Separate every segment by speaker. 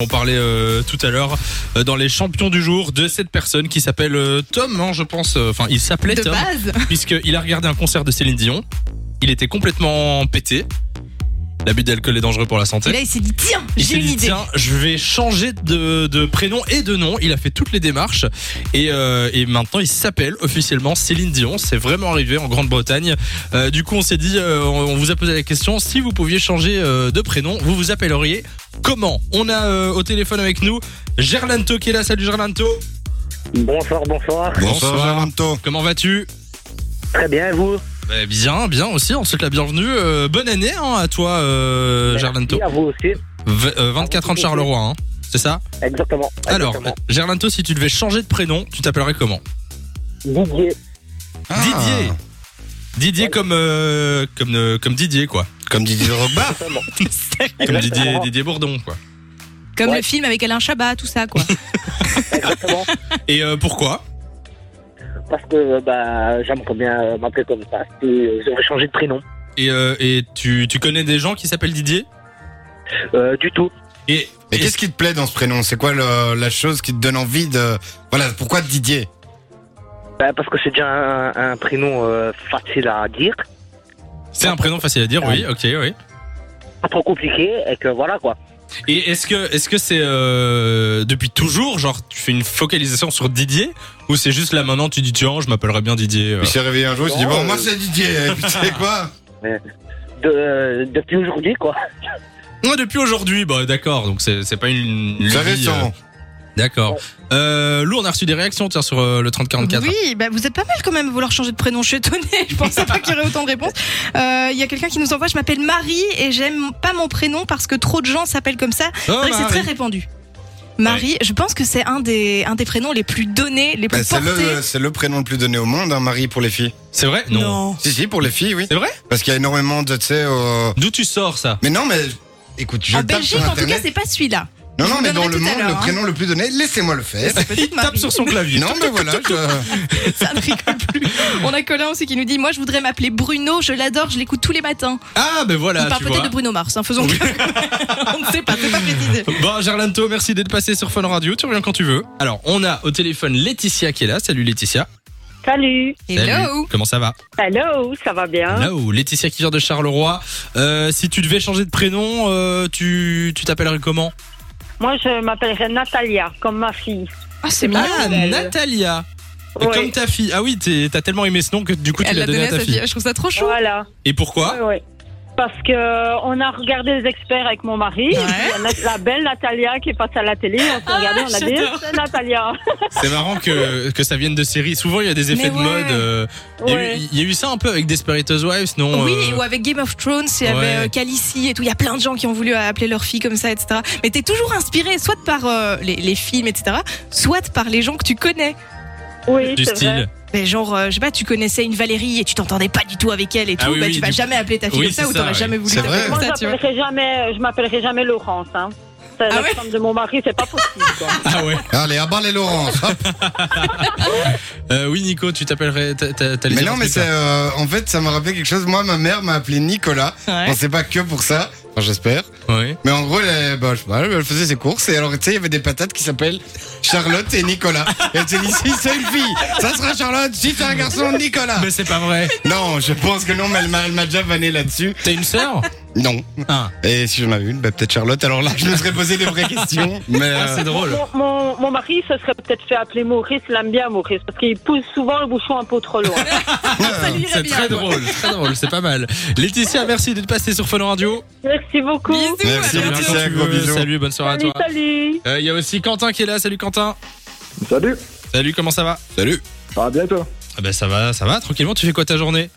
Speaker 1: On parlait euh, tout à l'heure euh, dans les champions du jour de cette personne qui s'appelle euh, Tom, hein, je pense. euh, Enfin, il s'appelait
Speaker 2: de
Speaker 1: Tom,
Speaker 2: base.
Speaker 1: puisqu'il a regardé un concert de Céline Dion. Il était complètement pété. L'abus d'alcool est dangereux pour la santé.
Speaker 2: Et là, il s'est dit tiens,
Speaker 1: Il
Speaker 2: j'ai
Speaker 1: s'est
Speaker 2: une
Speaker 1: dit
Speaker 2: idée.
Speaker 1: tiens, je vais changer de, de prénom et de nom. Il a fait toutes les démarches et, euh, et maintenant il s'appelle officiellement Céline Dion. C'est vraiment arrivé en Grande-Bretagne. Euh, du coup, on s'est dit, euh, on on vous a posé la question si vous pouviez changer euh, de prénom, vous vous appelleriez comment On a euh, au téléphone avec nous Gerlanto qui est là. Salut Gerlanto.
Speaker 3: Bonsoir, bonsoir.
Speaker 1: Bonsoir.
Speaker 4: Gerlanto.
Speaker 1: Comment vas-tu
Speaker 3: Très bien, et vous
Speaker 1: Bah, Bien, bien aussi. On te souhaite la bienvenue. Euh, bonne année hein, à toi, euh, Gerlanto.
Speaker 3: Merci à vous aussi.
Speaker 1: V- euh, 24 ans de Charleroi, hein, c'est ça
Speaker 3: Exactement.
Speaker 1: Alors,
Speaker 3: exactement.
Speaker 1: Gerlanto, si tu devais changer de prénom, tu t'appellerais comment
Speaker 3: Didier,
Speaker 4: Ah.
Speaker 1: Didier Didier
Speaker 3: Ouais.
Speaker 1: comme, euh, comme, euh, comme Didier, quoi.
Speaker 4: Comme Didier Drogba.
Speaker 3: totalement.
Speaker 1: Comme
Speaker 3: Exactement.
Speaker 1: Didier, Didier Bourdon, quoi.
Speaker 2: Comme
Speaker 3: Ouais.
Speaker 2: le film avec Alain Chabat, tout ça, quoi.
Speaker 3: Exactement.
Speaker 1: Et euh, pourquoi
Speaker 3: Parce que bah, j'aimerais bien euh, m'appeler comme ça. Et euh, J'aurais changé de prénom.
Speaker 1: Et, euh, et tu, tu connais des gens qui s'appellent Didier
Speaker 3: Euh, du tout.
Speaker 1: Et,
Speaker 4: Mais
Speaker 1: et-
Speaker 4: qu'est-ce qui te plaît dans ce prénom C'est quoi le- la chose qui te donne envie de. Voilà, pourquoi Didier
Speaker 3: Bah, parce que c'est déjà un, un prénom euh, facile à dire,
Speaker 1: c'est un prénom facile à dire, oui,
Speaker 4: Ah.
Speaker 1: ok, oui.
Speaker 3: pas trop compliqué, et que voilà quoi.
Speaker 1: Et est-ce que est-ce que c'est euh, depuis toujours, genre tu fais une focalisation sur Didier ou c'est juste là maintenant tu dis tiens je m'appellerais bien Didier euh.
Speaker 4: Il s'est réveillé un jour, il s'est dit
Speaker 3: Non,
Speaker 4: Bon,
Speaker 3: euh,
Speaker 4: moi c'est Didier. Et puis tu sais quoi
Speaker 3: De, euh, depuis aujourd'hui quoi.
Speaker 1: Ouais, depuis aujourd'hui, bah d'accord, donc c'est c'est pas une, une
Speaker 4: C'est
Speaker 1: lubie,
Speaker 4: récent.
Speaker 1: euh, d'accord. Euh, Lou, on a reçu des réactions tiens sur euh, le 3044.
Speaker 2: Oui, bah, vous êtes pas mal quand même à vouloir changer de prénom. Je suis étonnée. Je pensais pas qu'il y aurait autant de réponses. Euh, Il y a quelqu'un qui nous envoie Je m'appelle Marie et j'aime pas mon prénom parce que trop de gens s'appellent comme ça.
Speaker 1: Oh,
Speaker 2: Ah C'est vrai que c'est
Speaker 1: Marie.
Speaker 2: très répandu. Marie, je pense que c'est un des, un des prénoms les plus donnés, les
Speaker 4: Bah,
Speaker 2: plus
Speaker 4: C'est
Speaker 2: portés.
Speaker 4: le, c'est le prénom le plus donné au monde, hein, Marie, pour les filles.
Speaker 1: C'est vrai
Speaker 2: Non.
Speaker 4: Si, si, pour les filles, oui.
Speaker 1: C'est vrai
Speaker 4: Parce qu'il y a énormément de. Tu sais. euh,
Speaker 1: D'où tu sors ça
Speaker 4: Mais non, mais. Écoute, je
Speaker 2: en
Speaker 4: tape
Speaker 2: Belgique,
Speaker 4: sur
Speaker 2: en tout
Speaker 4: internet.
Speaker 2: cas, c'est pas celui-là.
Speaker 4: non,
Speaker 2: je
Speaker 4: non,
Speaker 2: vous
Speaker 4: mais dans
Speaker 2: donnerai tout
Speaker 4: le
Speaker 2: à
Speaker 4: monde,
Speaker 2: l'heure,
Speaker 4: le
Speaker 2: hein.
Speaker 4: prénom le plus donné, laissez-moi le faire.
Speaker 2: C'est peut-être
Speaker 1: Tape
Speaker 2: Marie.
Speaker 1: sur son clavier.
Speaker 4: Non, mais voilà, je-
Speaker 2: Ça ne rigole plus. On a Colin aussi qui nous dit Moi, je voudrais m'appeler Bruno, je l'adore, je l'écoute tous les matins.
Speaker 1: Ah ben
Speaker 2: Il
Speaker 1: voilà,
Speaker 2: parle
Speaker 1: tu
Speaker 2: peut-être
Speaker 1: vois.
Speaker 2: de Bruno Mars, hein, faisons On ne sait pas, c'est pas précisé.
Speaker 1: Bon, Gerlanto, merci d'être passé sur Fun Radio. Tu reviens quand tu veux. Alors, on a au téléphone Laetitia qui est là. Salut Laetitia.
Speaker 5: Salut.
Speaker 1: Salut.
Speaker 2: Hello Ah.
Speaker 1: Comment ça va
Speaker 5: Hello, ça va bien
Speaker 1: Hello. Laetitia qui vient de Charleroi. Euh, si tu devais changer de prénom, euh, tu tu t'appellerais comment
Speaker 5: Moi, je m'appellerais Natalia, comme ma fille.
Speaker 2: Ah, c'est
Speaker 1: Ah, Natalia. Et
Speaker 5: Ouais.
Speaker 1: Comme ta fille. Ah oui, t'es- t'as tellement aimé ce nom que du coup tu
Speaker 2: Elle
Speaker 1: l'as
Speaker 2: l'a
Speaker 1: donné à ta
Speaker 2: sa fille. Ah,
Speaker 1: fille.
Speaker 2: Je trouve ça trop chou.
Speaker 5: Voilà.
Speaker 1: Et pourquoi
Speaker 2: Ah.
Speaker 5: Ouais, ouais. Parce que euh, on a regardé les experts avec mon mari.
Speaker 2: Ouais.
Speaker 5: Il y en a La belle Natalia qui est passée à la télé. On s'est
Speaker 2: Ah,
Speaker 5: regardé, on a
Speaker 2: j'adore.
Speaker 5: dit c'est Natalia.
Speaker 1: C'est marrant que, que ça vienne de séries. Souvent, il y a des effets
Speaker 2: Mais
Speaker 1: de
Speaker 2: ouais.
Speaker 1: mode. euh, Il y, a eu-
Speaker 5: Ouais.
Speaker 1: il y a eu ça un peu avec Desperate Housewives, non
Speaker 2: Oui,
Speaker 1: euh,
Speaker 2: ou avec Game of Thrones, il y
Speaker 1: ouais.
Speaker 2: avait euh, Khaleesi et tout. Il y a plein de gens qui ont voulu appeler leur fille comme ça, etc. Mais t'es toujours inspiré, soit par euh, les, les films, etc., soit par les gens que tu connais.
Speaker 5: Oui,
Speaker 1: du
Speaker 5: c'est vrai.
Speaker 1: style.
Speaker 2: Mais genre, euh, je sais pas, tu connaissais une Valérie et tu t'entendais pas du tout avec elle et tout.
Speaker 1: Ah oui,
Speaker 2: bah,
Speaker 1: oui,
Speaker 2: tu vas
Speaker 1: du-
Speaker 2: jamais appeler ta fille
Speaker 1: Oui,
Speaker 2: comme ça
Speaker 1: c'est
Speaker 2: ou
Speaker 1: ça,
Speaker 2: t'auras
Speaker 1: ouais.
Speaker 2: jamais voulu
Speaker 4: C'est
Speaker 2: t'appeler
Speaker 4: vrai.
Speaker 2: comme
Speaker 5: Moi,
Speaker 2: ça, tu vois.
Speaker 5: j'appellerai jamais, euh, je m'appellerai jamais Laurence. Hein. C'est
Speaker 2: Ah
Speaker 5: la
Speaker 2: ouais
Speaker 5: femme de mon mari, c'est pas possible. quoi.
Speaker 1: Ah ouais.
Speaker 4: Allez, à bas les Laurence. hop.
Speaker 1: Euh, oui, Nico, tu t'appellerais. t'a- t'a- t'allais
Speaker 4: Mais
Speaker 1: dire
Speaker 4: non,
Speaker 1: un
Speaker 4: mais
Speaker 1: truc,
Speaker 4: c'est. euh, en fait, ça m'a rappelé quelque chose. Moi, ma mère m'a appelé Nicolas.
Speaker 2: Ouais.
Speaker 4: On sait pas que pour ça. Enfin, j'espère.
Speaker 1: là. Ouais.
Speaker 4: Mais en gros, elle, bah, je sais pas, elle faisait ses courses et alors, tu sais, il y avait des patates qui s'appellent Charlotte et Nicolas. Et elle s'est dit, si c'est une fille, ça sera Charlotte, si c'est un garçon, Nicolas.
Speaker 1: Mais c'est pas vrai.
Speaker 4: Non, je pense que non, mais elle m'a elle m'a déjà vanné là-dessus.
Speaker 1: T'as une sœur
Speaker 4: Non.
Speaker 1: Ah.
Speaker 4: Et si j'en avais une, bah, peut-être Charlotte. Alors là, je me serais posé des vraies questions. Mais
Speaker 1: Ah,
Speaker 4: euh,
Speaker 1: c'est drôle.
Speaker 5: Mon, mon, mon mari se serait peut-être fait appeler Maurice, il aime bien Maurice, parce qu'il pousse souvent le bouchon un peu trop loin.
Speaker 2: Ça lui irait
Speaker 1: C'est
Speaker 2: bien,
Speaker 1: très
Speaker 2: quoi.
Speaker 1: drôle, très drôle, c'est pas mal. Laetitia, merci d'être passée sur Fun Radio.
Speaker 5: Merci beaucoup.
Speaker 2: Bisous,
Speaker 4: Merci,
Speaker 2: à bientôt.
Speaker 4: merci.
Speaker 1: Quand tu
Speaker 4: un gros
Speaker 1: veux.
Speaker 4: bisou.
Speaker 1: Salut, bonne soirée à
Speaker 5: Salut,
Speaker 1: toi.
Speaker 5: salut.
Speaker 1: Euh, Il y a aussi Quentin qui est là. Salut Quentin.
Speaker 6: Salut,
Speaker 1: Salut, comment ça va
Speaker 4: salut.
Speaker 6: à bientôt.
Speaker 1: Ah bah ça va, ça va, tranquillement. Tu fais quoi ta journée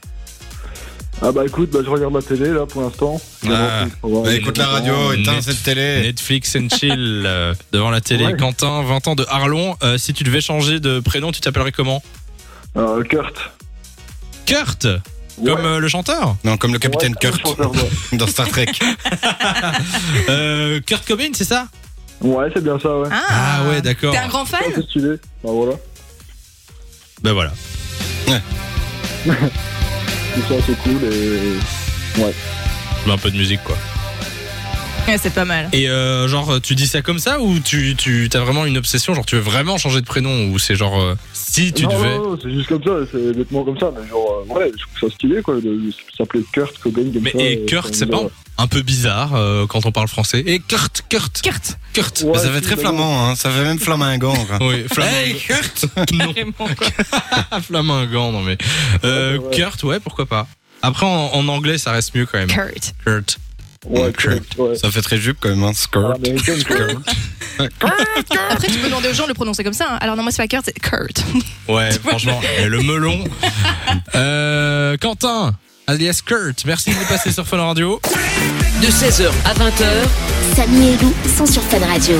Speaker 6: Ah bah écoute, bah, je regarde ma télé là pour l'instant.
Speaker 1: Ah.
Speaker 6: Faut voir
Speaker 4: Bah,
Speaker 6: les
Speaker 4: écoute la radio,
Speaker 1: Net-
Speaker 4: éteins cette télé.
Speaker 1: Netflix and chill euh, devant la télé.
Speaker 6: Ouais.
Speaker 1: Quentin, 20 ans de Harlon. Euh, si tu devais changer de prénom, tu t'appellerais comment
Speaker 6: Euh, Kurt.
Speaker 1: Kurt,
Speaker 6: Ouais.
Speaker 1: comme euh, le chanteur.
Speaker 4: Non, comme le capitaine
Speaker 6: Ouais,
Speaker 4: Kirk
Speaker 6: chanteur de-
Speaker 4: dans Star Trek.
Speaker 1: Euh, Kurt Cobain, c'est ça
Speaker 6: Ouais, c'est bien ça, ouais.
Speaker 2: Ah,
Speaker 1: Ah ouais, d'accord.
Speaker 2: T'es un grand fan
Speaker 6: Ah, c'est stylé. Bah voilà,
Speaker 1: Bah voilà.
Speaker 6: tout ça c'est cool et.
Speaker 1: Je mets un peu de musique quoi.
Speaker 2: Ouais, c'est pas mal.
Speaker 1: Et euh, genre, tu dis ça comme ça ou tu, tu as vraiment une obsession Genre, tu veux vraiment changer de prénom ou c'est genre, euh, si tu
Speaker 6: non,
Speaker 1: devais.
Speaker 6: non, non, c'est juste comme ça, c'est bêtement comme ça, mais genre, euh, ouais, je trouve ça stylé, quoi, de s'appeler Kurt Cobain comme
Speaker 1: Mais
Speaker 6: ça.
Speaker 1: et
Speaker 6: euh,
Speaker 1: Kurt,
Speaker 6: ça
Speaker 1: c'est
Speaker 6: me
Speaker 1: pas
Speaker 6: va.
Speaker 1: un peu bizarre euh, quand on parle français Et Kurt, Kurt,
Speaker 2: Kurt,
Speaker 1: Kurt.
Speaker 6: Ouais,
Speaker 4: Mais ça fait
Speaker 6: si,
Speaker 4: très
Speaker 6: bah,
Speaker 4: flamand, hein. ça fait même flamingant. quoi.
Speaker 1: Oui, flamand-
Speaker 4: Hey, Kurt
Speaker 1: non,
Speaker 2: vraiment quoi.
Speaker 1: flamingant, non mais. Euh,
Speaker 6: Ouais, ouais.
Speaker 1: Kurt, ouais, pourquoi pas. Après, en, en anglais, ça reste mieux quand même.
Speaker 2: Kurt.
Speaker 1: Kurt.
Speaker 6: Ouais,
Speaker 4: Kurt.
Speaker 6: Kurt, ouais.
Speaker 4: Ça fait très jupe quand même, hein.
Speaker 6: Ah,
Speaker 4: Skirt.
Speaker 6: mais comme-
Speaker 2: Après, tu peux demander aux gens de le prononcer comme ça. hein. Alors non, moi c'est pas Kurt, c'est Kurt.
Speaker 1: Ouais, franchement, et le melon. Euh, Quentin, alias Kurt, merci de passer sur Fun Radio.
Speaker 7: De 16h à 20h,
Speaker 8: Samy et Lou sont sur Fan Radio.